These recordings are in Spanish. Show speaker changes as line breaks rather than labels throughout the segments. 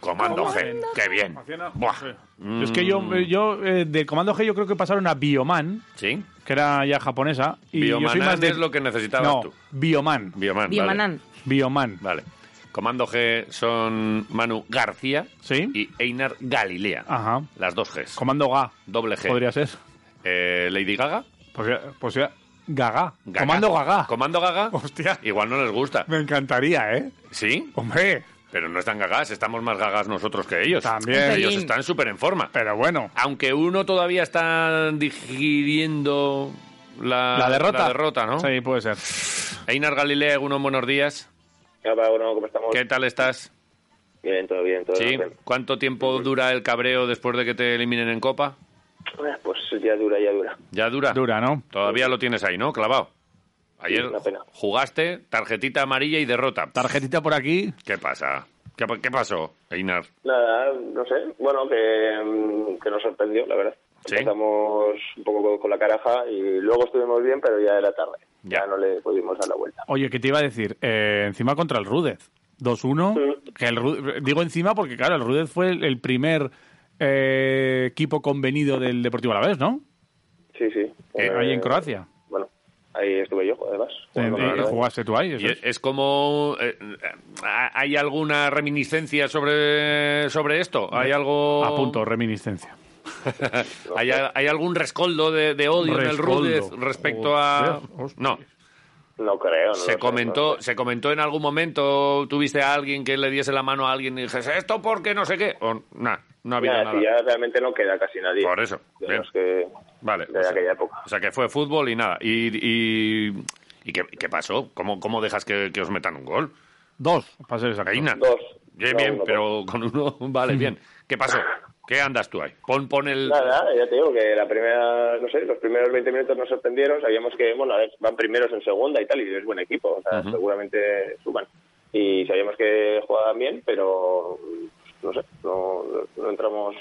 Comando G. Qué bien. Buah. Mm.
Es que yo, yo eh, de Comando G yo creo que pasaron a Bioman,
¿Sí?
que era ya japonesa. Y yo soy más
Biomanán
de...
es lo que necesitabas
No,
tú.
Bioman.
Bioman, vale.
Biomanán.
Bioman.
Vale. Comando G son Manu García
Sí.
y Einar Galilea.
Ajá.
Las dos Gs.
Comando Ga.
Doble G.
Podría ser.
Eh, Lady Gaga.
Pues, pues ya- Gaga.
Gaga.
Comando Gaga.
Comando Gaga.
Hostia.
Igual no les gusta.
Me encantaría, ¿eh?
Sí,
Hombre,
pero no están gagas. Estamos más gagas nosotros que ellos.
También.
Un
Ellos
pelín.
están súper en forma.
pero bueno.
Aunque uno todavía está digiriendo la,
La derrota.
Ah, la derrota, ¿no?
Sí, puede ser.
Einar Galilea, unos buenos días.
Ya va, bueno, ¿cómo estamos?
¿Qué tal estás?
Bien, todo bien, todo
Sí.
bien.
¿Cuánto tiempo dura el cabreo después de que te eliminen en Copa?
Ah, Pues ya dura, ya dura.
¿Ya dura?
Dura, ¿no?
Todavía lo tienes ahí, ¿no? Clavado. Ayer
Sí, una pena.
jugaste tarjetita amarilla y derrota.
Tarjetita por aquí.
¿Qué pasa? ¿Qué, pa- qué pasó, Einar?
Nada, no sé, bueno, que, mm, que nos sorprendió, la verdad.
Sí.
Empezamos un poco con- con la caraja y luego estuvimos bien, pero ya era tarde.
Ya.
Ya, no le pudimos dar la vuelta.
Oye, ¿qué te iba a decir? Eh, encima contra el Rudez. 2-1. Que el Ru- Digo encima porque, claro, el Rudez fue el, el primer eh, equipo convenido del Deportivo Alavés, ¿no?
Sí, sí.
Eh,
Ahí en Croacia.
Bueno, ahí estuve yo, además.
En-
jugando con
en-
la-
Eh, jugaste tú ahí. eso
Y
es.
es, es como... eh, ¿Hay alguna reminiscencia sobre, sobre esto? ¿Hay algo...?
A punto, reminiscencia.
¿Hay, hay algún rescoldo de, de odio
Rescoldo.
en el Rudez respecto a...?
Joder, hostia.
No,
No creo, no lo
se
sé,
comentó,
no sé.
se comentó en algún momento, tuviste a alguien que le diese la mano a alguien y dijese, ¿esto porque no sé qué? O nada, no ha habido
Ya,
nada.
si ya realmente no queda casi nadie.
Por eso,
De
bien. Pues,
los que-
Vale.
de
o sea-
aquella época.
O sea, que fue fútbol y nada. ¿Y, y, y qué, qué pasó? ¿Cómo, cómo dejas que, que os metan un gol?
Dos, para ser exacto.
Reina.
Dos.
pues, Bien,
No,
bien,
uno,
pero con uno, vale, bien. ¿Qué pasó? ¿Qué andas tú ahí? Pon, pon el...
Nada, ya te digo que la primera, no sé, los primeros 20 minutos nos sorprendieron, sabíamos que, bueno, a ver, van primeros en segunda y tal, y es buen equipo, o sea, seguramente suban. Y sabíamos que jugaban bien, pero no sé, no, no entramos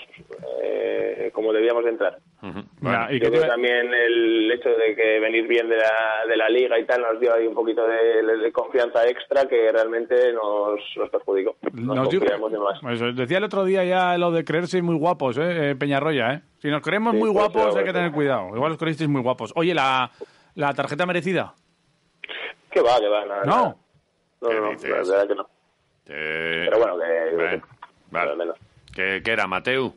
eh, como debíamos de entrar.
Ujú, vale.
Mira, Ah, ¿y
Yo
qué te
creo
iba-
también el hecho de que venir bien de la, de la liga y tal nos dio ahí un poquito de, de confianza extra que realmente nos, nos perjudicó. Nos,
Nos dijo-
confiamos de más.
Eso, Pues, decía el otro día ya lo de creerse muy guapos, ¿eh? Eh, Peñarroya, ¿eh? Si nos creemos
Sí,
muy
pues,
guapos
ya,
hay que
bueno.
tener cuidado. Igual os creísteis muy guapos. Oye, la, la tarjeta merecida.
Que va, que va, nada, nada.
No.
No,
¿Qué
no, no,
dices?
la verdad que no.
Eh,
Pero bueno, que-
bien,
al
Vale.
menos.
¿Qué, qué era, Mateu?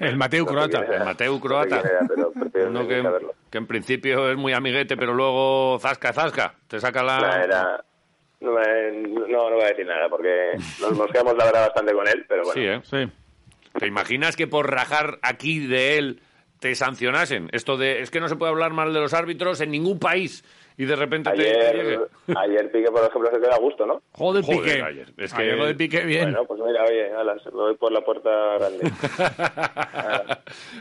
El Mateu
No sé quién
Croata.
era.
Mateu
No sé
croata.
quién era, pero prefiero
Uno
no
que,
saberlo.
que en principio es muy amiguete, pero luego zasca, zasca. Te saca la...
No, era- no, me- no, no voy a decir nada porque nos mosqueamos la verdad bastante con él, pero bueno.
Sí, ¿eh?
Sí.
¿Te imaginas que por rajar aquí de él te sancionasen? Esto de es que no se puede hablar mal de los árbitros en ningún país y de repente te- te, llegue.
Ayer, ayer Pique, por ejemplo, se quedó a gusto, ¿no?
Joder,
Joder,
Piqué.
ayer. Es que-
Ayer lo de Piqué, bien.
Bueno, pues mira, oye, alas, me voy por la puerta grande.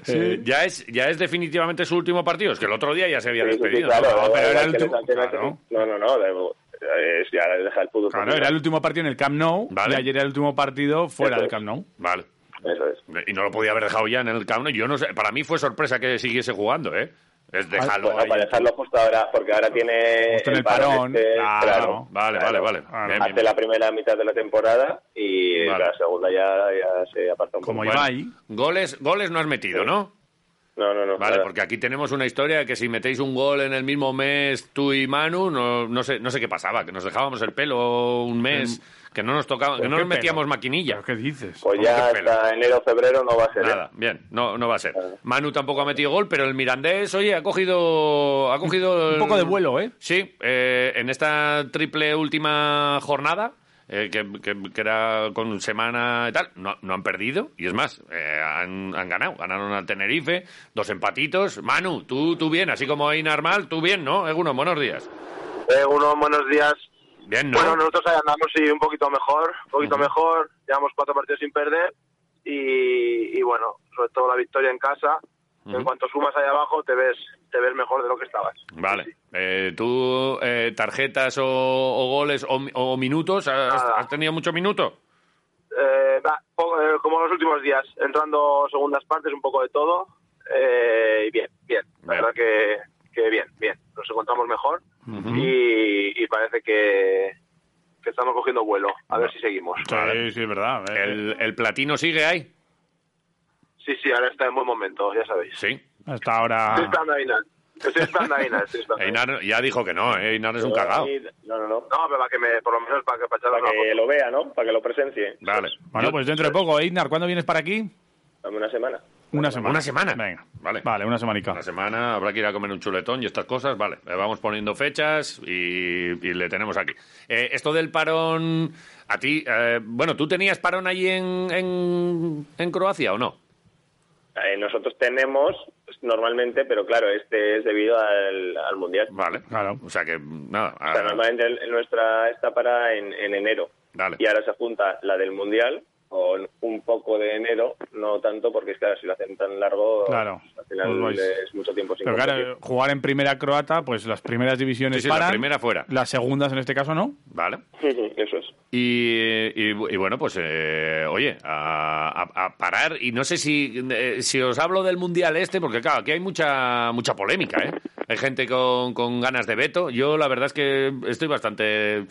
Eh, ya es ya es definitivamente su último partido. Es que el otro día ya se había
Sí, sí, sí,
despedido.
claro,
¿no?
no,
pero era el
que le
tu-
sancionen-
claro.
No, no, no, debo- es ya deja el fútbol.
Claro,
porque-
era el último partido en el Camp Nou
Vale.
y ayer era el último partido fuera
Eso
del
es.
Camp Nou.
Vale.
Eso es.
Y no lo podía haber dejado ya en el campo. Yo no sé. Para mí fue sorpresa que siguiese jugando, ¿eh? Es dejarlo.
Bueno,
ahí.
para dejarlo justo ahora, porque ahora tiene
Justo en el parón,
este,
claro.
claro.
Ah, Vale, vale, vale.
Claro.
Bien, bien,
hace
bien.
la primera mitad de la temporada y
Vale.
la segunda ya, ya se aparta un
Como
poco.
iba ahí.
Goles, goles no has metido, ¿no?
No, no, no.
Vale,
nada.
porque aquí tenemos una historia de que si metéis un gol en el mismo mes tú y Manu, no, no sé no sé qué pasaba, que nos dejábamos el pelo un mes, que no nos tocaba, que no
¿Qué
nos metíamos
pelo?
maquinilla.
¿Pero ¿Qué dices?
Pues
¿cómo
ya
que pela?
hasta enero febrero no va a ser. ¿eh?
Nada, bien, no, no va a ser. Manu tampoco ha metido gol, pero el Mirandés, oye, ha cogido... Ha cogido
Un poco de vuelo, ¿eh?
Sí, eh, en esta triple última jornada, eh, que, que- que era con semana y tal, no, no han perdido, y es más, eh, han, han ganado. Ganaron al Tenerife, dos empatitos. Manu, tú, tú bien, así como Einar mal, tú bien, ¿no? Eguno, buenos días.
Eh, uno, buenos días.
Bien, ¿no?
Bueno, nosotros ahí andamos sí, un poquito mejor, un poquito mejor. Llevamos cuatro partidos sin perder y, y bueno, sobre todo la victoria en casa. En cuanto sumas ahí abajo, te ves, te ves mejor de lo que estabas.
Vale. Eh, ¿Tú eh, tarjetas o, o goles o, mi- o minutos? ¿Has,
Nada.
has tenido mucho minuto?
Eh, va, po- eh, como los últimos días, entrando segundas partes, un poco de todo. eh, y bien, bien. La
Bien.
verdad que, que bien, bien. Nos encontramos mejor y, y parece que, que estamos cogiendo vuelo. A ver si seguimos.
Sí, sí, es verdad. eh.
¿El, el platino sigue ahí?
Sí, sí, ahora está en buen momento, ya sabéis.
Sí.
Hasta
Estoy
Ah.
ahora.
esperando a Inan. Estoy esperando a Inan. Estoy esperando a Inan.
Einar ya dijo que no, ¿eh? Einar es un cagao.
No, no, no.
No, pero para que me, por lo menos para que para echarle
Para
una
que
foto.
lo vea, ¿no? Para que lo presencie.
Vale.
Bueno,
Yo-
pues dentro de poco, Einar, ¿cuándo vienes para aquí?
Dame una semana.
Una semana.
Una semana.
Venga.
Vale.
Vale, una semanica.
La semana habrá que ir a comer un chuletón y estas cosas, vale. eh, Vamos poniendo fechas y, y le tenemos aquí. Eh, esto del parón, a ti, eh, bueno, ¿tú tenías parón allí en, en, en Croacia o no?
Eh, nosotros tenemos pues, normalmente, pero claro, este es debido al, al mundial.
Vale,
Claro.
O sea que, nada.
O sea,
ah,
normalmente el- el nuestra esta para en, en enero.
Vale.
Y ahora se junta la del mundial con un poco de enero, no tanto porque es claro, si lo hacen tan largo,
Claro.
al final
Os vais.
es mucho tiempo sin
Pero claro,
competir.
jugar en primera croata, pues las primeras divisiones
Sí, sí, la
paran.
primera fuera.
Las segundas, en este caso, no.
Vale.
Eso es.
Y, y- y bueno, pues eh, oye, a, a- a parar. Y no sé si, eh, si os hablo del Mundial este, porque claro, aquí hay mucha mucha polémica, ¿eh? Hay gente con, con ganas de veto. Yo la verdad es que estoy bastante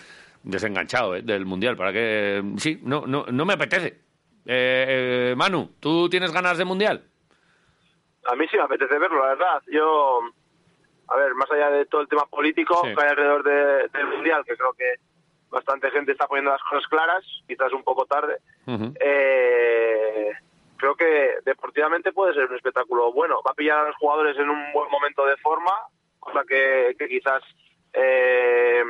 desenganchado ¿eh? del Mundial. Para que... Sí, no, no, no me apetece. Eh, eh, Manu, ¿tú tienes ganas de Mundial?
A mí sí me apetece verlo, la verdad. Yo, a ver, más allá de todo el tema político
Sí.
que hay alrededor de- del Mundial, que creo que bastante gente está poniendo las cosas claras, quizás un poco tarde,
Ujú.
eh, creo que deportivamente puede ser un espectáculo bueno. Va a pillar a los jugadores en un buen momento de forma, cosa que, que quizás eh,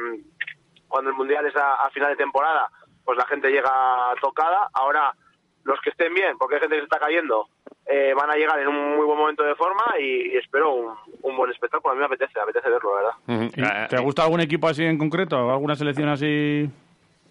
cuando el Mundial es a, a final de temporada, pues la gente llega tocada. Ahora, los que estén bien, porque hay gente que se está cayendo, eh, van a llegar en un muy buen momento de forma y, y espero un, un buen espectáculo. A mí me apetece, me apetece verlo, la verdad.
Ujú.
¿Y
Ah,
¿Te gusta algún equipo así en concreto? ¿Alguna selección así?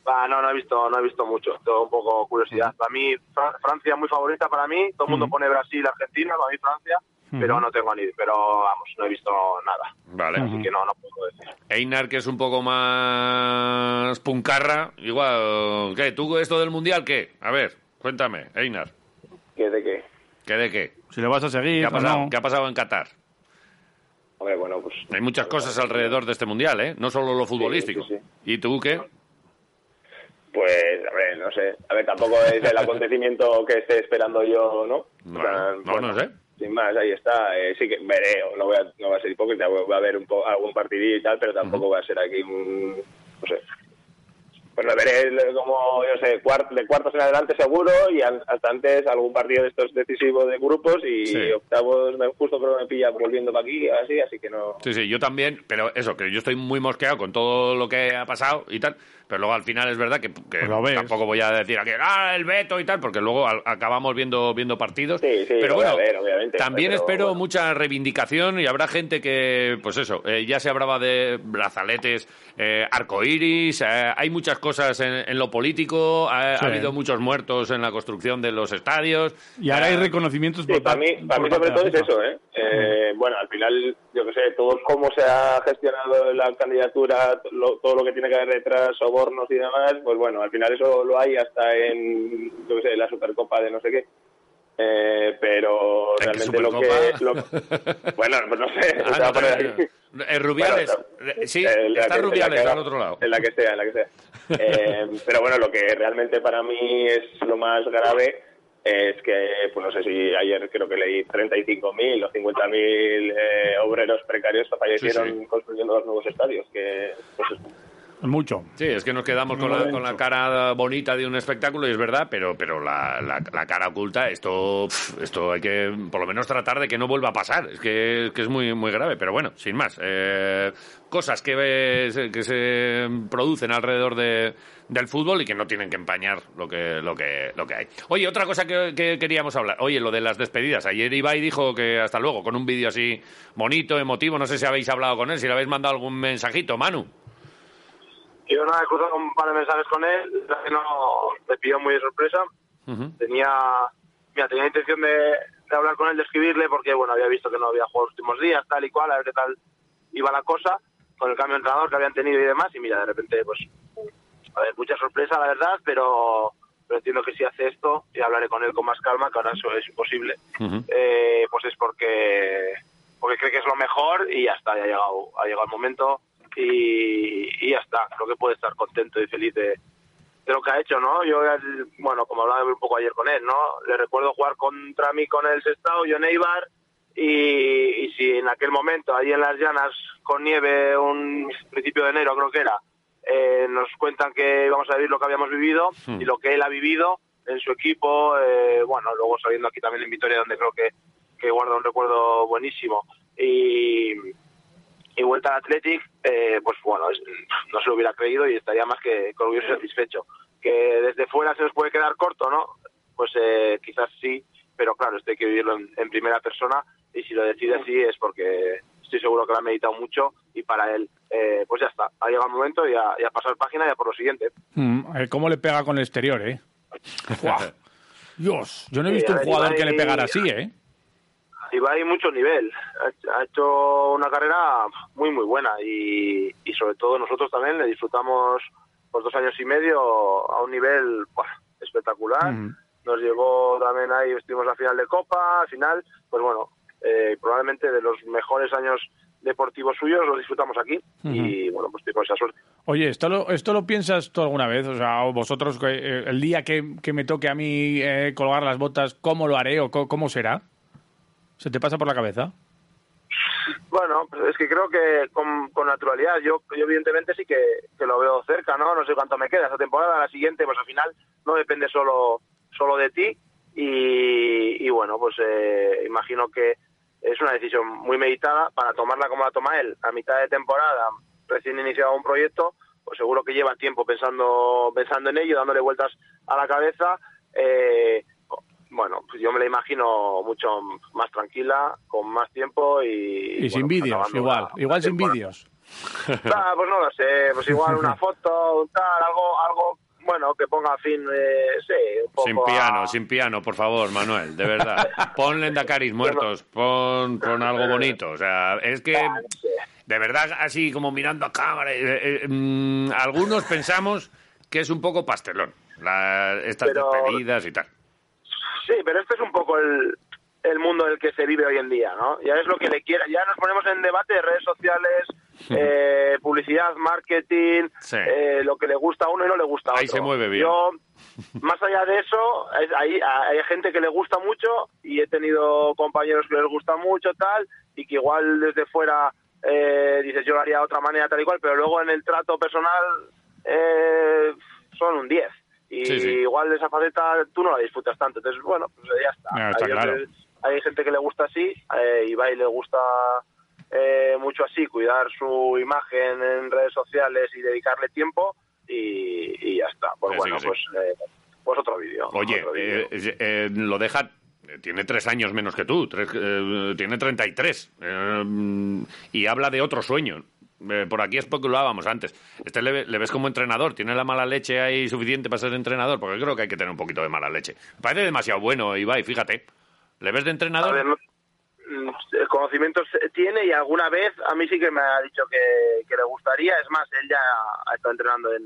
Ah, no, no he visto, no he visto mucho. Tengo un poco curiosidad. Para mí, Fra- Francia muy favorita para mí. Todo el mundo pone Brasil, Argentina, para mí Francia. Pero no tengo ni, pero vamos, no he visto nada.
Vale.
Así que no, no puedo decir.
Einar, que es un poco más puncarra, igual, ¿qué? ¿Tú esto del Mundial qué? A ver, cuéntame, Einar,
¿Qué de qué?
¿qué de qué?
Si le vas a seguir.
¿Qué ha
o
pasado,
pues no.
¿Qué ha pasado en Qatar?
Hombre, bueno, pues
Hay muchas cosas alrededor de este mundial, ¿eh? No solo lo futbolístico.
sí, sí.
¿Y tú qué?
Pues, a ver, no sé. A ver, tampoco es el acontecimiento que esté esperando yo, ¿no?
Vale. No, no sé.
Sin más, ahí está. Eh, sí que veré, o no voy, a, no voy a ser hipócrita, voy- va a haber un po- algún partidillo y tal, pero tampoco va a ser aquí un... no sé. Pues lo veré eh, como, yo sé, cuart- de cuartos en adelante seguro y an- hasta antes algún partido de estos decisivos de grupos y
Sí.
octavos me- justo pero me pilla volviendo para aquí, así, así que no...
Sí, sí, yo también, pero eso, que yo estoy muy mosqueado con todo lo que ha pasado y tal, pero luego al final es verdad que, que
lo ves.
tampoco voy a decir aquí, ah, el veto y tal, porque luego al- acabamos viendo, viendo partidos.
Sí, sí,
pero
lo voy
bueno,
a ver, obviamente,
también
pero
espero
bueno.
mucha reivindicación y habrá gente que, pues eso, eh, ya se hablaba de brazaletes, eh, arcoiris, eh, hay muchas cosas en, en lo político, ha, ha
Sí.
habido muchos muertos en la construcción de los estadios.
Y ahora hay
Eh,
reconocimientos
Sí,
por
para
parte-
mí, para
por
mí
parte
sobre
de la
todo es
FIFA.
eso, ¿eh? Eh, Bueno, al final, yo que sé, todo cómo se ha gestionado la candidatura, lo- todo lo que tiene que haber detrás, sobornos y demás, pues bueno, al final eso lo hay hasta en, yo que sé, la Supercopa de no sé qué. Eh, pero
¿En qué
realmente lo que...
Supercopa?
lo- bueno, pues no sé.
Ah,
se va a
no,
poner
no,
ahí.
no. Eh, Rubiales,
Bueno,
eh, sí,
en la
está
que- en la
Rubiales
que haga-
al otro lado.
En la que sea, en la que sea. Eh, pero bueno, lo que realmente para mí es lo más grave es que, pues no sé si ayer creo que leí 35.000 o 50.000 eh, obreros precarios que fallecieron
Sí, sí.
construyendo los nuevos estadios. Que, pues, es-
Mucho.
Sí, es que nos quedamos con la, con la cara bonita de un espectáculo, y es verdad, pero, pero la, la- la cara oculta, esto, pf, esto hay que por lo menos tratar de que no vuelva a pasar. Es que, que es muy, muy grave, pero bueno, sin más. Eh, cosas que, ves, eh, que se producen alrededor de- del fútbol y que no tienen que empañar lo que, lo que, lo que hay. Oye, otra cosa que, que queríamos hablar. Oye, lo de las despedidas. Ayer Ibai dijo que hasta luego, con un vídeo así bonito, emotivo. No sé si habéis hablado con él, si le habéis mandado algún mensajito, Manu.
Yo nada, he cruzado un par de mensajes con él, la verdad que no me pilló muy de sorpresa. Tenía, mira, tenía intención de, de hablar con él, de escribirle, porque bueno, había visto que no había jugado los últimos días, tal y cual, a ver qué tal iba la cosa, con el cambio de entrenador que habían tenido y demás, y mira, de repente, pues, a ver, mucha sorpresa, la verdad, pero, pero entiendo que si hace esto, y hablaré con él con más calma, que ahora eso es imposible, eh, pues es porque porque cree que es lo mejor y ya está, ya ha llegado, ha llegado el momento. y, y ya está. Creo que puede estar contento y feliz de, de lo que ha hecho, ¿no? Yo, el- bueno, como hablaba un poco ayer con él, ¿no? Le recuerdo jugar contra mí con el Sestao, yo en Eibar, y, y si en aquel momento, ahí en las llanas, con nieve, un principio de enero creo que era, eh, nos cuentan que íbamos a vivir lo que habíamos vivido
Hmm.
y lo que él ha vivido en su equipo, eh, bueno, luego saliendo aquí también en Vitoria, donde creo que, que guarda un recuerdo buenísimo. Y, y vuelta al Athletic, eh, pues bueno, es- no se lo hubiera creído y estaría más que que orgulloso y satisfecho. Que desde fuera se nos puede quedar corto, ¿no? Pues eh, quizás sí, pero claro, esto hay que vivirlo en, en primera persona y si lo decide así es porque estoy seguro que lo ha meditado mucho y para él, eh, pues ya está, ha llegado el momento y a, y a pasar página y a por lo siguiente.
Mm, eh, ¿Cómo le pega con el exterior, eh? Buah. Dios, yo no he
Sí,
visto
a
un
ver,
jugador
Ibai-
que le pegara así, ¿eh?
Y va hay mucho nivel. Ha- Ha hecho una carrera muy, muy buena y, y sobre todo nosotros también le disfrutamos los dos años y medio a un nivel buah, espectacular.
Ujú.
Nos llevó también ahí, estuvimos la final de Copa, al final, pues bueno, eh, probablemente de los mejores años deportivos suyos los disfrutamos aquí y bueno, pues tuvimos esa suerte.
Oye, ¿esto lo, ¿esto lo piensas tú alguna vez? O sea, o vosotros, que, eh, el día que, que me toque a mí eh, colgar las botas, ¿cómo lo haré o co- cómo será? ¿Se te pasa por la cabeza?
Bueno, pues es que creo que con, con naturalidad, yo, yo evidentemente sí que, que lo veo cerca, ¿no? No sé cuánto me queda esta temporada, la siguiente, pues al final no depende solo, solo de ti y, y bueno, pues eh, imagino que es una decisión muy meditada para tomarla como la toma él, a mitad de temporada, recién iniciado un proyecto, pues seguro que lleva tiempo pensando, pensando en ello, dándole vueltas a la cabeza. eh, bueno, pues yo me la imagino mucho más tranquila, con más tiempo y...
Y, sin
bueno, pues
vídeos,
acabando
igual,
una-
igual sin
temporada.
vídeos.
Ah, pues no lo sé, pues igual una foto, un tal, algo, algo bueno, que ponga fin, eh, sí, un poco
Sin piano,
a-
sin piano, por favor, Manuel, de verdad. Pon Lendacaris muertos, pon, pon algo bonito. O sea, es que,
Ah,
de verdad, así como mirando a cámara, eh, eh, mm, algunos pensamos que es un poco pastelón, la- estas
Pero-
despedidas y tal.
Sí, pero este es un poco el, el mundo en el que se vive hoy en día, ¿no? Ya es lo que le quiera, ya nos ponemos en debate de redes sociales, eh, publicidad, marketing,
Sí.
eh, lo que le gusta a uno y no le gusta a otro.
Ahí se mueve bien.
Yo, más allá de eso, es- hay, hay gente que le gusta mucho y he tenido compañeros que les gusta mucho, tal, y que igual desde fuera eh, dices yo lo haría de otra manera, tal y cual, pero luego en el trato personal eh, son un 10. Y
Sí, sí.
igual esa faceta tú no la disfrutas tanto. Entonces, bueno, pues ya está.
Ah, está
hay,
claro.
hay gente que le gusta así, eh, Ibai le gusta eh, mucho así, cuidar su imagen en redes sociales y dedicarle tiempo y, y ya está. Pues
Sí, sí
bueno,
que sí.
pues, eh, pues otro vídeo.
Oye,
otro vídeo.
eh, eh, eh, lo deja. eh, Tiene tres años menos que tú, tres- eh, tiene 33 eh, y habla de otro sueño. Eh, por aquí especulábamos antes. Este le, ve- le ves como entrenador, tiene la mala leche ahí suficiente para ser entrenador, porque creo que hay que tener un poquito de mala leche. Parece demasiado bueno, Ibai, fíjate. ¿Le ves de
A
entrenador?
ver, no- mm, eh, conocimientos tiene y alguna vez a mí sí que me ha dicho que, que le gustaría. Es más, él ya ha estado entrenando en,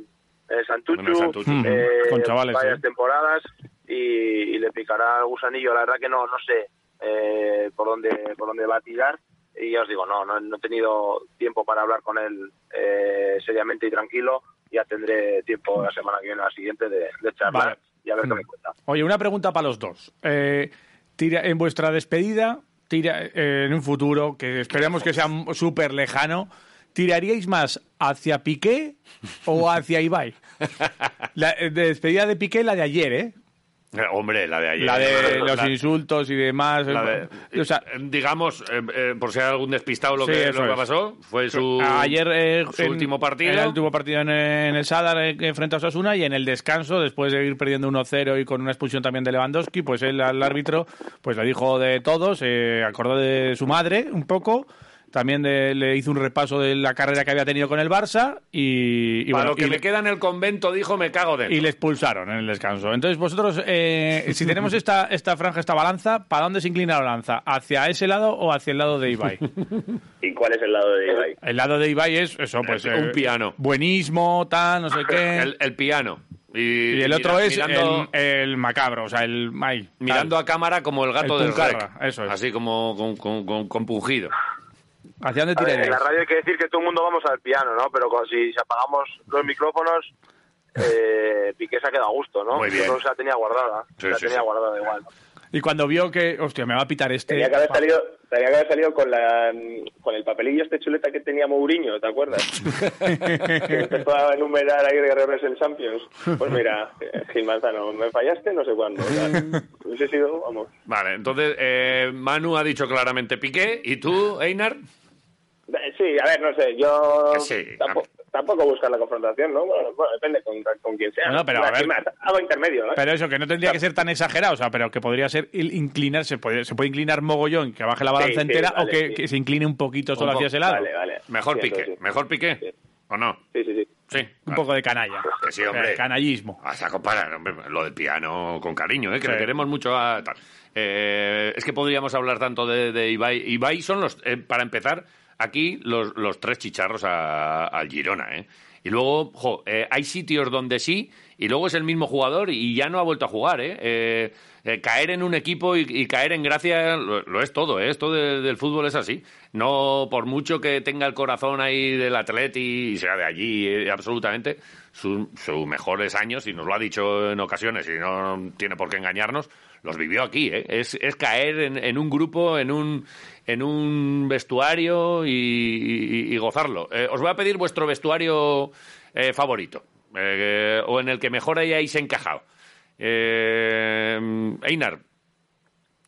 en el Santuchu,
En el Santuchu.
Mm, con chavales,
varias
eh.
temporadas y, y le picará el gusanillo. La verdad que no no sé eh, por dónde por dónde va a tirar. Y ya os digo, no, no, no he tenido tiempo para hablar con él eh, seriamente y tranquilo. Ya tendré tiempo la semana que viene, la siguiente, de, de charlar
Vale.
y a ver qué
Mm.
me cuenta.
Oye, una pregunta para los dos. Eh, tira, en vuestra despedida, tira, eh, en un futuro que esperemos que sea m- súper lejano, ¿tiraríais más hacia Piqué o hacia Ibai? La eh, de despedida de Piqué, la de ayer, ¿eh?
Eh, Hombre, la de ayer.
La de los
La-
insultos y demás.
la de-
O sea,
eh, digamos, eh, eh, por si hay algún despistado lo
Sí,
que,
eso
lo que
es.
pasó, fue su,
ayer eh,
su
en-
último partido.
en el último partido en, en el Sadar eh, frente a Osasuna y en el descanso después de ir perdiendo 1-0 y con una expulsión también de Lewandowski pues él al árbitro pues le dijo de todo se acordó de su madre un poco también de- le hizo un repaso de la carrera que había tenido con el Barça y, y
Para
bueno,
lo que
y
me
le-
queda en el convento, dijo, me cago dentro.
y le expulsaron en el descanso. Entonces, vosotros, eh, si tenemos esta, esta franja, esta balanza, ¿para dónde se inclina la balanza? ¿Hacia ese lado o hacia el lado de Ibai?
¿Y cuál es el lado de Ibai?
El lado de Ibai es eso, pues.
Eh, un piano.
Buenismo, tal, no sé qué.
El, el piano. Y,
y el
mira-
otro es
mirando,
el, el macabro, o sea, el. ay, tal.
mirando a cámara como el gato
El
del
puncarra,
Shrek.
eso es.
Así como con- con- con- compungido.
¿Hacían de
A ver, en la
tiraderas?
radio hay que decir que todo el mundo vamos al piano, ¿no? Pero con- si si apagamos los micrófonos, eh, Piqué se ha quedado a gusto, ¿no?
Muy bien.
Yo creo que se la tenía guardada.
Sí,
se la
sí,
tenía
sí.
guardada igual.
Y cuando vio que, hostia, me va a pitar este.
Tenía que haber salido, tenía que haber salido con, la, con el papelillo este chuleta que tenía Mourinho, ¿te acuerdas? que empezó a enumerar ahí de errores en Champions. Pues mira, eh, Gil Manzano, me fallaste no sé cuándo. o sea, hubiese sido, vamos.
Vale, entonces eh, Manu ha dicho claramente Piqué y tú, Einar.
Eh, Sí, a ver, no sé, yo
Que sí,
tampoco,
a
tampoco buscar la confrontación, ¿no? Bueno, bueno, depende con, con quién sea.
Bueno, pero
Mira,
a ver-
Gil Manzano, Algo intermedio, ¿no?
Pero eso, que no tendría que ser tan exagerado, o sea, pero que podría ser el inclinarse, puede- se puede inclinar mogollón, que baje la balanza
sí,
entera
vale,
o que,
sí.
que se incline un poquito solo
Un po-
hacia ese lado.
Vale, vale.
Mejor
Sí,
Piqué,
entonces
mejor Piqué.
Sí.
¿O no?
Sí, sí, sí. sí.
Sí.
Un
vale.
poco de canalla.
Que sí, hombre.
Eh, Canallismo.
Vas a comparar, hombre, lo de piano con cariño, ¿eh? que le
Sí.
queremos mucho a tal. Eh, es que podríamos hablar tanto de, de Ibai. Ibai son los, eh, para empezar, aquí los, los tres chicharros a- al Girona, ¿eh? Y luego, jo, eh, hay sitios donde sí, y luego es el mismo jugador y ya no ha vuelto a jugar, ¿eh? Eh, eh, caer en un equipo y, y caer en gracia lo, lo es todo, ¿eh? Esto de- del fútbol es así. No, por mucho que tenga el corazón ahí del atleti y sea de allí, eh, absolutamente, su- sus mejores años, y nos lo ha dicho en ocasiones, y no tiene por qué engañarnos, los vivió aquí, ¿eh? Es, es caer en, en un grupo, en un, en un vestuario y, y- y gozarlo. Eh, os voy a pedir vuestro vestuario eh, favorito, eh, o en el que mejor hayáis encajado. Eh, Einar,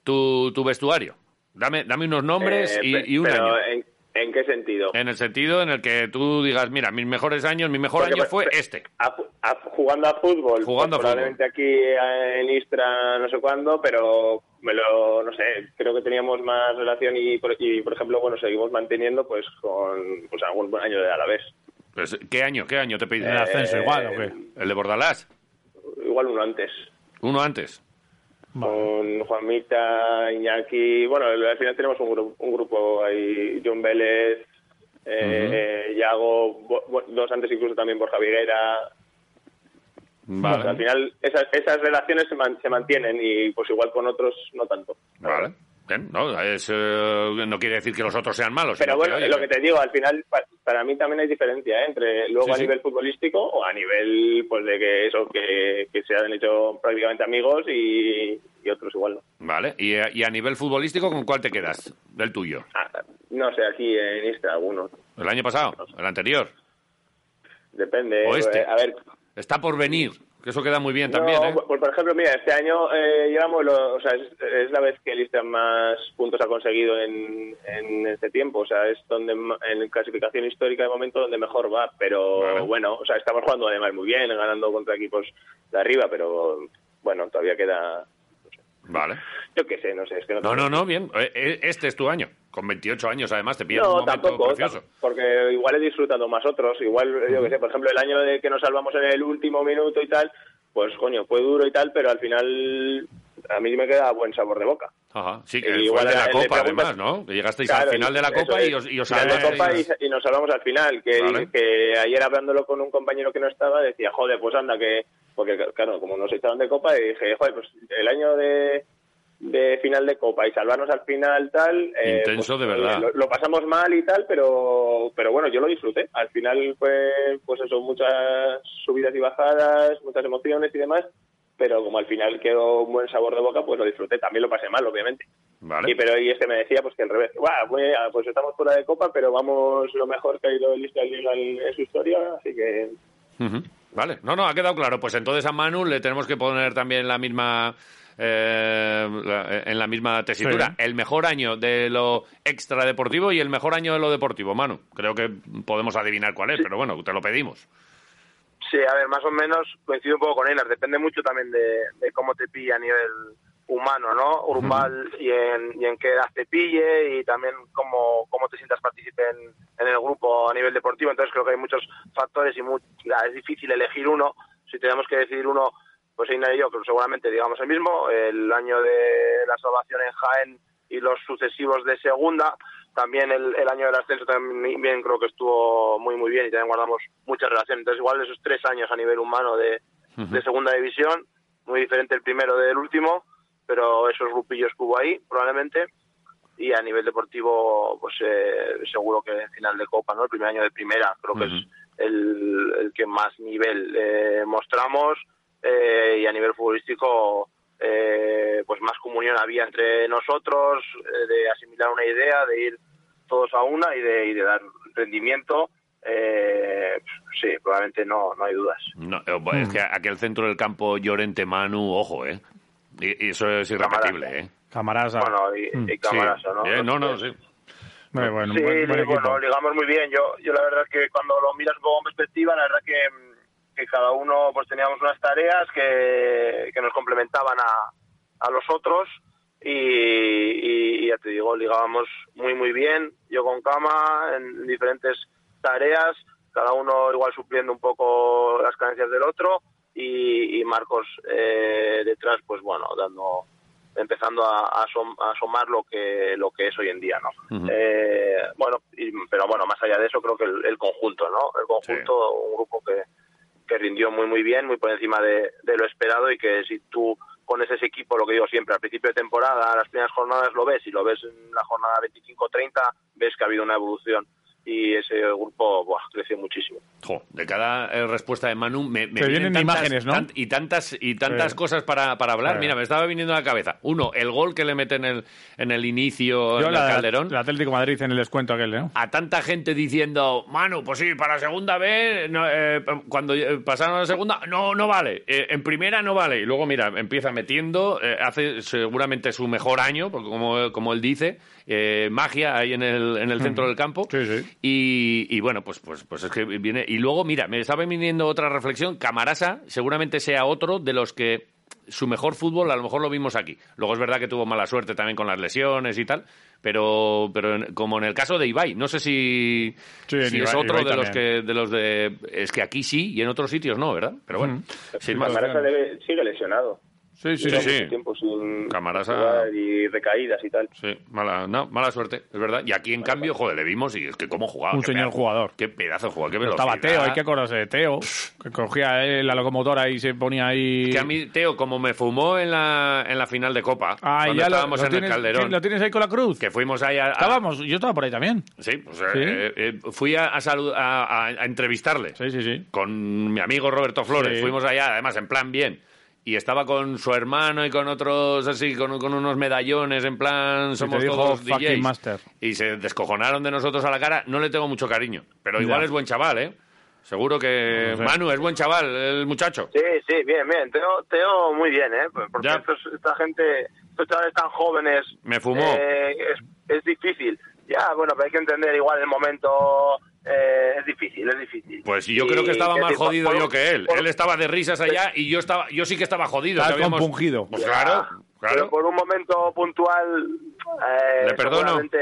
tu, tu vestuario. Dame, dame unos nombres
Eh,
y,
pe-
y un
pero
año.
¿en, en qué sentido?
En el sentido en el que tú digas, mira, mis mejores años, mi mejor
Porque,
año
pues,
fue
pe-
este.
a fu- a fu- jugando a fútbol. pues
Jugando a fútbol.
Probablemente aquí eh, en Istra no sé cuándo, pero me lo, no sé, creo que teníamos más relación y, por, y, por ejemplo, bueno, seguimos manteniendo pues con pues, algún buen año de Alavés.
Pues, ¿Qué año? ¿Qué año te pedí?
El
Eh.
ascenso igual, ¿o qué?
¿El de Bordalás?
Igual uno antes.
Uno antes.
Con Juanmita, Iñaki, bueno, al final tenemos un, gru- un grupo ahí, John Vélez, eh, eh, Yago, bo- bo- dos antes incluso también Borja Viguera, O sea, al
Vale.
final esas, esas relaciones se, man- se mantienen y pues igual con otros no tanto.
Vale. Bien, no, es, eh, no quiere decir que los otros sean malos.
Pero
sino
bueno,
Pues oye,
lo que te digo, al final pa- para mí también hay diferencia ¿eh? entre luego
Sí,
a
sí.
nivel futbolístico o a nivel pues de que eso, que, que se han hecho prácticamente amigos y, y otros igual no.
Vale. Y, a- y a nivel futbolístico, ¿con cuál te quedas? Del tuyo.
Ah, no sé, aquí en Insta algunos,
¿El año pasado? ¿El anterior?
depende.
O este.
Eh, A ver,
Está por venir. Que eso queda muy bien también,
No,
¿eh?
por, por- por ejemplo, mira, este año eh, llevamos, lo- o sea, es, es la vez que el Istra más puntos ha conseguido en, en este tiempo, o sea, es donde ma- en clasificación histórica de momento donde mejor va, pero
Vale.
bueno, o sea, estamos jugando además muy bien, ganando contra equipos de arriba, pero bueno, todavía queda,
Vale.
yo qué sé, no sé, es que no.
No, no, no, bien. Eh, eh, Este es tu año. Con 28 años, además, te pillas en un
No,
momento
tampoco,
precioso.
tam- porque igual he disfrutado más otros, igual, yo qué sé, por ejemplo, el año de que nos salvamos en el último minuto y tal, pues coño, fue duro y tal, pero al final a mí me queda buen sabor de boca.
Ajá, sí,
Y
que fue
Eh, igual
el de
a-
la
le
Copa,
preguntas-
además, ¿no? Que llegasteis
Claro,
al final de la
eso
Copa
es.
y os, y os
Final de
salváis.
Copa y, y nos hablamos al final. Que,
Vale.
que ayer hablándolo con un compañero que no estaba, decía, joder, pues anda, que. Porque, claro, como nos echaron de Copa, y dije, joder, pues el año de, de final de Copa y salvarnos al final, tal. eh,
Intenso
pues,
de verdad.
Lo, lo pasamos mal y tal, pero, pero bueno, yo lo disfruté. Al final fue, pues eso, muchas subidas y bajadas, muchas emociones y demás. Pero como al final quedó un buen sabor de boca, pues lo disfruté. También lo pasé mal, obviamente.
Vale.
Y pero y este me decía pues que al revés, Buah, pues, ah, pues estamos fuera de copa, pero vamos lo mejor que ha ido el Isla Liga en, en su historia, así que
Ujú. Vale, no, no, ha quedado claro. Pues entonces a Manu le tenemos que poner también la misma. eh, la- en la misma tesitura.
Sí.
El mejor año de lo extradeportivo y el mejor año de lo deportivo, Manu. Creo que podemos adivinar cuál es, pero bueno, te lo pedimos.
Sí, a ver, más o menos coincido un poco con Einar. Depende mucho también de, de cómo te pilla a nivel humano, ¿no? Urbal y, en, y en qué edad te pille y también cómo, cómo te sientas partícipe en, en el grupo a nivel deportivo. Entonces creo que hay muchos factores y mu- ya, es difícil elegir uno. Si tenemos que decidir uno, pues Einar y yo, pero seguramente digamos el mismo. El año de la salvación en Jaén y los sucesivos de segunda. También el, el año del ascenso también bien, creo que estuvo muy muy bien y también guardamos muchas relaciones. Entonces igual esos tres años a nivel humano de, de segunda división, muy diferente el primero del último, pero esos grupillos que hubo ahí probablemente. y a nivel deportivo, pues eh, seguro que el final de Copa, ¿no? El primer año de primera, creo que es
Ujú.
el, el que más nivel eh, mostramos eh, y a nivel futbolístico, eh, pues más comunión había entre nosotros, eh, de asimilar una idea, de ir todos a una y de, y de dar rendimiento. eh, sí, probablemente no, no hay dudas.
No, eh, bueno, es que aquel centro del campo Llorente Manu, ojo, ¿eh? Y, y eso es
Camarasa.
irrepetible, ¿eh?
Camarasa.
Bueno, y, y Camarasa,
Sí.
¿no?
Eh, no, no, sí.
Muy bueno,
sí,
buen- buen
sí,
equipo.
bueno, ligamos muy bien. Yo, yo la verdad es que cuando lo miras un poco en perspectiva, la verdad que, mm, que cada uno pues teníamos unas tareas que, que nos complementaban a, a los otros y, y- y ya te digo, ligábamos muy muy bien, yo con cama, en diferentes tareas, cada uno igual supliendo un poco las carencias del otro y, y Marcos eh, detrás, pues bueno, dando empezando a, a asom- a asomar lo que lo que es hoy en día, ¿no?
Ujú.
Eh, bueno, y- pero bueno, más allá de eso, creo que el, el conjunto, ¿no? El conjunto, un grupo que, que rindió muy muy bien, muy por encima de, de lo esperado y que si tú pones ese equipo, lo que digo siempre, al principio de temporada, a las primeras jornadas lo ves y lo ves en la jornada 25-30, ves que ha habido una evolución y ese grupo buah, crece muchísimo.
Jo, de cada eh, respuesta de Manu me, me
Te vienen imágenes, ¿no?
y tantas y tantas
Sí.
cosas para, para hablar.
Sí.
Mira, me estaba viniendo a la cabeza. Uno, el gol que le mete en el, en el inicio
Yo
en
la,
el Calderón.
el Atlético de Madrid en el descuento aquel, ¿eh? ¿no?
a tanta gente diciendo, Manu, pues sí, para segunda vez, no, eh, cuando eh, pasaron a la segunda, no, no vale, eh, en primera no vale. Y luego, mira, empieza metiendo, eh, hace seguramente su mejor año, porque como, como él dice, eh, magia ahí en el, en el centro del campo.
Sí, sí.
Y, y bueno, pues, pues, pues es que viene. Y luego, mira, me estaba viniendo otra reflexión. Camarasa seguramente sea otro de los que su mejor fútbol a lo mejor lo vimos aquí. Luego es verdad que tuvo mala suerte también con las lesiones y tal, pero, pero en- como en el caso de Ibai, no sé si,
Sí, en
si
Ibai-
es otro
Ibai
de los
también.
que de los de es que aquí sí y en otros sitios no, ¿verdad? Pero bueno, sin más.
Camarasa debe- sigue lesionado.
Sí, sí,
Lleva
sí.
mucho tiempo sin
Camarasa-
jugar y recaídas y tal.
Sí, mala, no, mala suerte, es verdad. Y aquí en cambio, joder, le vimos y es que cómo jugaba.
Un
qué
señor
pedazo-
jugador.
Qué pedazo de jugador, qué
Pero
velocidad.
estaba Teo, hay que acordarse de Teo, que cogía eh, la locomotora y se ponía ahí...
Que a mí, Teo, como me fumó en la, en la final de Copa,
Ah,
cuando
ya lo-
estábamos
lo
en
tienes-
el Calderón,
¿Lo tienes ahí con la cruz? Ah.
que fuimos ahí a... a-
Estábamos, yo estaba por ahí también.
sí, pues, eh,
Sí.
eh, eh, fui a, a salu- a- a- a entrevistarle
Sí, sí, sí.
con mi amigo Roberto Flores.
Sí.
Fuimos allá, además, en plan bien. Y estaba con su hermano y con otros así, con, con unos medallones, en plan, somos
te dijo,
todos
"Fucking
DJs".
master.
Y se descojonaron de nosotros a la cara. No le tengo mucho cariño, pero
Ya.
igual es buen chaval, ¿eh? Seguro que...
No sé.
Manu, es buen chaval, el muchacho.
Sí, sí, bien, bien. Teo, Teo muy bien, ¿eh? Porque
Ya.
estos- esta gente, estos chavales tan jóvenes...
Me fumó.
eh, es, es difícil. Ya, bueno, pero hay que entender igual el momento... eh, es difícil, es difícil.
Pues yo creo que
Y,
estaba
es
más
decir,
jodido
Eh, por-
yo que él.
por-
Él estaba de risas allá y yo estaba, yo sí que estaba jodido.
Estaba
ya habíamos-
compungido.
Pues
Ya.
claro,
Ah, Pero
claro.
por un momento puntual... eh,
Le perdono.
seguramente-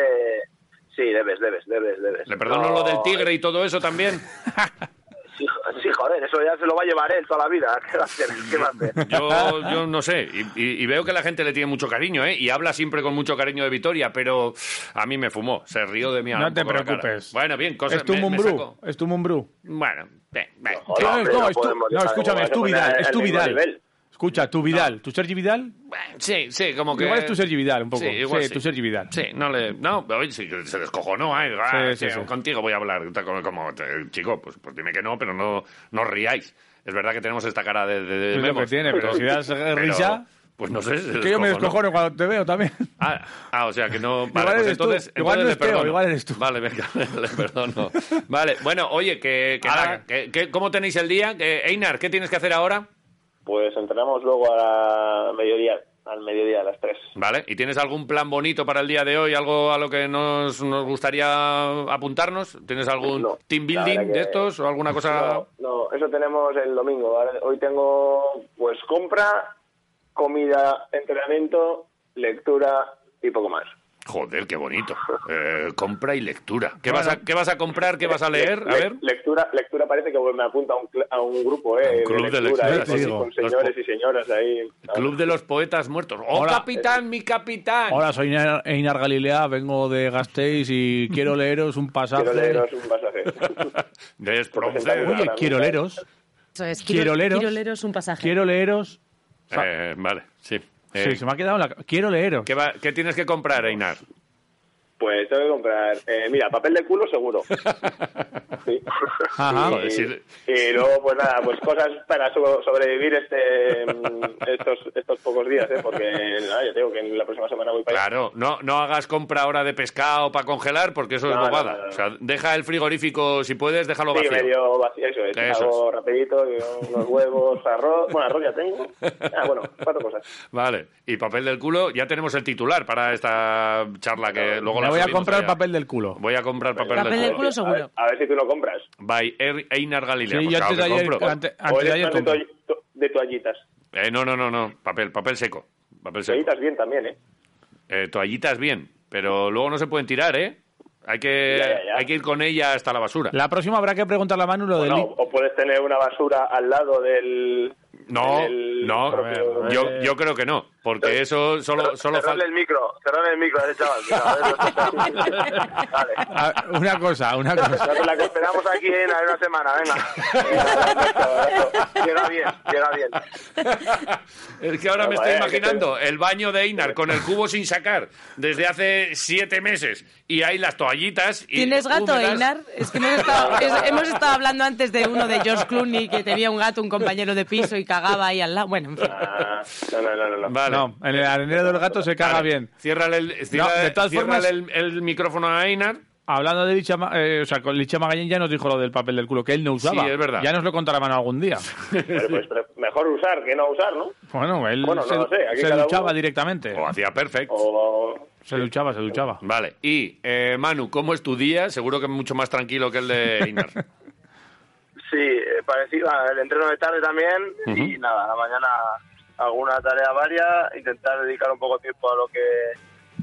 Sí, debes, debes, debes, debes.
Le perdono lo del tigre y todo eso también.
Sí, sí, joder, eso ya se lo va a llevar él toda la vida. ¿Qué va a hacer? ¿Qué va a hacer?
Yo, yo no sé. Y, y- y veo que la gente le tiene mucho cariño, ¿eh? Y habla siempre con mucho cariño de Vitoria, pero a mí me fumó. Se rió de mí. ahora
No
un
te
poco la cara.
preocupes.
Bueno, bien, cosas.
Es tu
me- me
Mumbrú,
saco.
es tu Mumbrú.
Bueno, ve, ve.
Joder,
No, no,
hombre,
no,
no
es tu-
podemos
no,
dejar
escúchame,
como
es tu
vas a poner
Vidal, es
al
tu
mismo
Vidal.
nivel.
Escucha, tu Vidal, tu Sergi Vidal,
Sí, sí, como que.
Igual es tu Sergi Vidal, un poco. Sí, tu Sergi Vidal.
Sí, no le. No, hoy sí que se descojonó, ¿eh? Ah,
Sí, sí,
sí,
sí.
Contigo voy a hablar. tal Como, como, eh, chico, pues, pues dime que no, pero no, no os riáis. Es verdad que tenemos esta cara de. de, de
es lo
memos,
que tiene, pero si das eh,
pero,
risa...
Pues no sé. se
Que yo me
descojonó.
descojono cuando te veo también.
Ah, ah, o sea que no. Vale,
Igual
pues
eres tú,
entonces, entonces
igual no
le
es Teo,
perdono.
igual eres tú.
Vale, venga, le perdono. Vale, bueno, oye, que, que
Ahora-
nada, que- que- ¿cómo tenéis el día? Que, Einar, ¿qué tienes que hacer ahora?
Pues entrenamos luego a mediodía, al mediodía a las 3.
Vale, ¿y tienes algún plan bonito para el día de hoy? ¿Algo a lo que nos, nos gustaría apuntarnos? ¿Tienes algún
No,
team
la
building
verdad
de
que-
estos o alguna cosa?
No, no, eso tenemos el domingo. Ahora- Hoy tengo pues compra, comida, entrenamiento, lectura y poco más.
Joder, qué bonito. Eh, compra y lectura. ¿Qué,
Bueno.
vas a, ¿Qué vas a comprar? ¿Qué vas a leer? A
Le-
ver.
Lectura, lectura parece que me apunta a un, cl- a un grupo,
A un
¿eh?
club de
de
lectura,
lectura, ¿eh?
te
Con-
digo.
con, señores y señoras ahí.
Club de los Poetas Muertos. ¡Oh,
Hola.
capitán, mi capitán!
Hola, soy Einar, Einar Galilea, vengo de Gasteiz y quiero leeros un pasaje.
Quiero leeros un pasaje.
Despronceda.
Oye,
eh,
Oye, quiero leeros,
Eso es,
Quiero
quiero,
leeros.
quiero leeros un pasaje.
quiero leeros.
Eh, vale, sí. Eh,
Sí, se me ha quedado en la. Quiero leeros.
¿qué, va- qué tienes que comprar, Einar?
Pues tengo que comprar, eh, mira, papel de culo seguro. Sí.
Ajá.
Y-
Joder, sí.
y, luego, pues nada, pues cosas para so- sobrevivir este mm, estos estos pocos días, ¿eh? porque nada, ya tengo que en la próxima semana voy para allá.
Claro, no, no hagas compra ahora de pescado para congelar porque eso es
No, no,
bobada.
no, no.
O sea, deja el frigorífico, si puedes, déjalo
Sí,
vacío.
medio vacío, eso es.
Eso
Hago rapidito, y unos huevos, arroz. Bueno, arroz ya tengo. Ah, bueno, cuatro cosas.
Vale, y papel del culo, ya tenemos el titular para esta charla que luego
Me
la
voy a
subimos
comprar
allá.
papel del culo.
Voy a comprar papel,
Papel del
del culo.
culo seguro.
Pues A ver, a ver si tú lo compras.
By Er- Einar Galilea.
Sí,
pues
yo
claro
antes de
que
ayer-
compro.
ante-
o
antes de
eres
ayer
más de,
compré.
toall- to- de toallitas.
Eh, no, no, no, no, papel, papel seco. Papel seco.
Toallitas bien también, ¿eh?
Eh, toallitas bien, pero luego no se pueden tirar, ¿eh? Hay que,
Ya, ya, ya.
Hay que ir con ella hasta la basura.
La próxima habrá que preguntarle a Manu lo del...
Bueno,
li-
o puedes tener una basura al lado del...
No,
del
no,
propio-
yo, yo creo que no, porque eso solo, solo
cerrarle
falta...
el micro, cerrarle el micro a ese chaval. mira, a ver. Vale.
Ah, una cosa, una cosa.
No te la
Te esperamos aquí en a ver, una semana, venga. Llega bien, llega bien.
Es que ahora
Ah,
me
No,
estoy
vaya,
imaginando el baño de Einar con el cubo sin sacar desde hace siete meses y hay las toallitas. Y
¿Tienes gato,
húmedas.
Einar? Es que hemos estado, es- hemos estado hablando antes de uno de George Clooney que tenía un gato, un compañero de piso y cagaba ahí al lado. Bueno, en fin.
Ah, no, no, no, no, no.
Vale.
No, en el arenero del gato se caga
Vale.
bien.
Ciérrale el, ciérrale-
de todas
ciérrale
formas-
el, el micrófono a Einar.
Hablando de Licha, Ma- eh, o sea, con Licha Magallén ya nos dijo lo del papel del culo, que él no usaba.
Sí, es verdad.
Ya nos lo contará Manu algún día.
Bueno, pues pre- mejor usar que no usar, ¿no?
Bueno, él
Bueno, no
se,
lo sé, aquí
se
cada
duchaba
uno-
directamente.
O Oh, hacía perfect.
Oh.
O...
Se duchaba, se duchaba.
Vale. Y, eh, Manu, ¿cómo es tu día? Seguro que mucho más tranquilo que el de Einar.
Sí, eh, parecido al entreno de tarde también y nada, a la mañana alguna tarea varia, intentar dedicar un poco de tiempo a lo que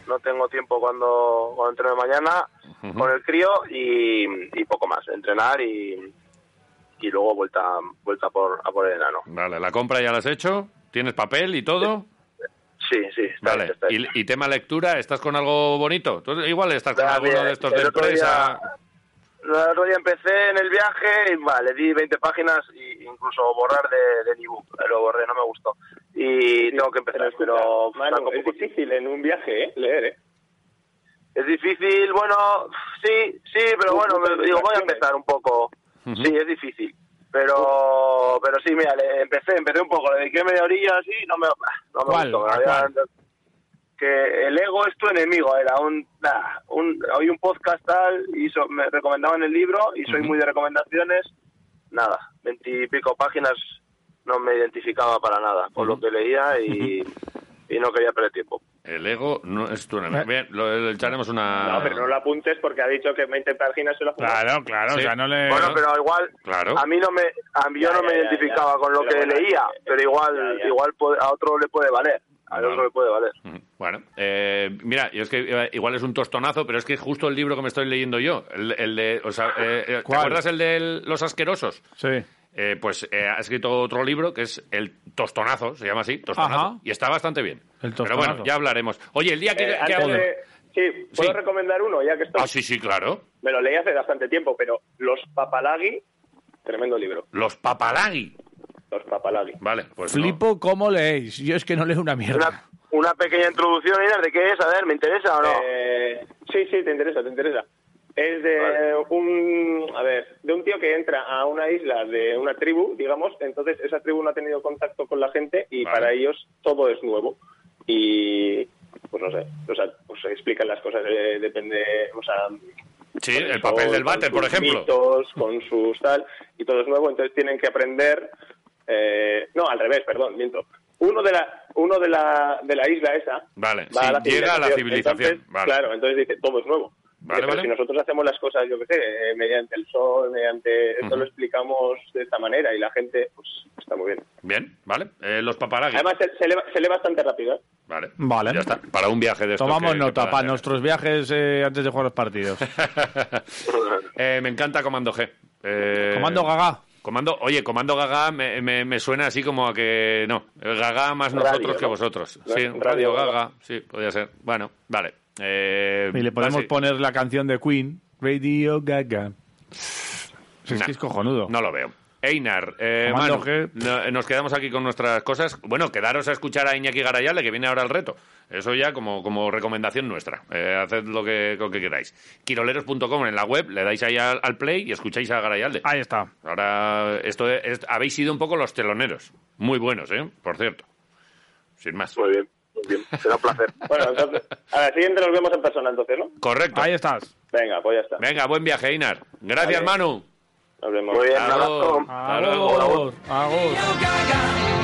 no tengo tiempo cuando, cuando entreno de mañana con el crío y, y poco más, entrenar y, y luego vuelta vuelta por, a por el enano.
vale, la compra ya la has hecho. ¿Tienes papel y todo?
Sí, sí, está bien,
Vale.
está bien.
¿Y, y tema lectura? ¿Estás con algo bonito? Tú igual estás con
Ah,
alguno
bien,
de estos
el
de
otro día-
empresa.
El otro día empecé en el viaje y vale, di 20 páginas e incluso borrar de, del ebook. Lo borré, no me gustó. Y tengo que
Pero,
empezar,
escucha,
pero
Manu,
saco
es
poco tiempo.
difícil en un viaje, ¿eh? Leer, ¿eh?
es difícil, bueno, sí, sí, pero
Un
bueno,
montón
me-
de
digo, voy
distracciones.
a empezar un poco. Sí, es difícil. Pero pero sí, mira, le- empecé, empecé un poco, le dediqué media orilla así, no me, no me
¿Cuál?
gustó.
¿A
había-
cuál?
que el ego es tu enemigo, era un, nah, un oí un podcast tal y so- me recomendaban el libro y soy muy de recomendaciones, nada, veintipico páginas no me identificaba para nada con lo que leía y, y no quería perder tiempo.
El ego no es tu
Eh.
enemigo. Bien, lo, le echaremos una.
No, pero no lo apuntes porque ha dicho que 20 páginas se lo
Claro, claro,
Sí.
o sea, no le...
Bueno, pero igual
Claro.
a mí no me a mí yo
Ya,
no
ya,
me
ya,
identificaba
ya.
con lo
Pero
que
bueno,
leía,
eh,
pero igual
ya, ya.
igual po- a otro le puede valer, a
Claro.
otro le puede valer.
Ujú. Mm, Bueno, eh, mira, yo es que eh, igual es un tostonazo, pero es que justo el libro que me estoy leyendo yo, el, el de, o sea, eh, eh, ¿te
¿Cuál?
acuerdas el de los asquerosos?
Sí.
Eh, pues eh, ha escrito otro libro que es el tostonazo, se llama así, tostonazo,
Ajá.
y está bastante bien.
El
pero
Tostonazo.
bueno, ya hablaremos. Oye, el día que,
Eh,
que
antes
hago-
de- Sí, ¿puedo
Sí.
recomendar uno ya que estoy?
ah, sí, sí, claro,
Me lo leí hace bastante tiempo, pero Los Papalagui, tremendo libro,
los papalagui.
Los Papalagui.
Vale, pues no.
Flipo cómo leéis. Yo es que no leo una mierda.
Una, una pequeña introducción, Ina, ¿de qué es? A ver, ¿me interesa o no?
Eh, sí, sí, te interesa, te interesa. Es de
Vale.
un, a ver, de un tío que entra a una isla de una tribu, digamos, entonces esa tribu no ha tenido contacto con la gente y
Vale.
para ellos todo es nuevo y pues no sé, o sea, pues se explican las cosas, eh, depende, o sea,
Sí,
con
el
eso,
papel del
con
váter,
sus
por ejemplo.
mitos, con sus tal, y todo es nuevo, entonces tienen que aprender. eh, no, al revés, perdón, miento. Uno de la, uno de la, de la isla esa.
Vale,
va
sí, llega a la civilización,
Entonces,
vale.
Claro, entonces dice, todo es nuevo.
Vale,
Dice, pero
vale.
Si nosotros hacemos las cosas, yo qué sé, eh, mediante el sol, mediante. Esto
Ujú.
lo explicamos de esta manera y la gente, pues está muy bien.
Bien, vale, eh, los papalagui.
Además, se, se lee, se lee bastante rápido. ¿eh?
Vale,
Vale.
ya está, para un viaje de estos
Tomamos
que- que
nota
puedan
para
hacer.
nuestros viajes eh, antes de jugar los partidos.
Eh, me encanta Comando G. Eh,
Comando Gaga.
Comando, oye, Comando Gaga me, me- me suena así como a que no, el Gaga más
Radio,
nosotros que
¿no?
vosotros.
Ra-
Sí, Radio,
Radio
Gaga,
Gaga.
sí, podría ser. Bueno, vale. Eh,
Y le podemos
así.
poner la canción de Queen, Radio Gaga. Si Es
Nah.
que es cojonudo.
No lo veo. Einar, eh,
Comando
Manu,
G.
no- nos quedamos aquí con nuestras cosas. Bueno, quedaros a escuchar a Iñaki Garayale, que viene ahora el reto. Eso ya como, como recomendación nuestra. Eh, haced lo que, lo que queráis. Quiroleros.com en la web, le dais ahí al, al play y escucháis a Garayalde.
Ahí está.
Ahora, esto es- habéis sido un poco los teloneros. Muy buenos, ¿eh? Por cierto. Sin más.
Pues,
Muy bien, muy bien. Será un placer.
Bueno, entonces, a la siguiente nos vemos en persona, entonces, ¿no?
Correcto.
Ahí estás.
Venga, pues ya está.
Venga, buen viaje, Einar. Gracias,
Vale.
Manu.
Nos vemos.
Muy bien, un
Hasta
abrazo.
luego. Hasta luego.
Agur. Agur.
Gaga.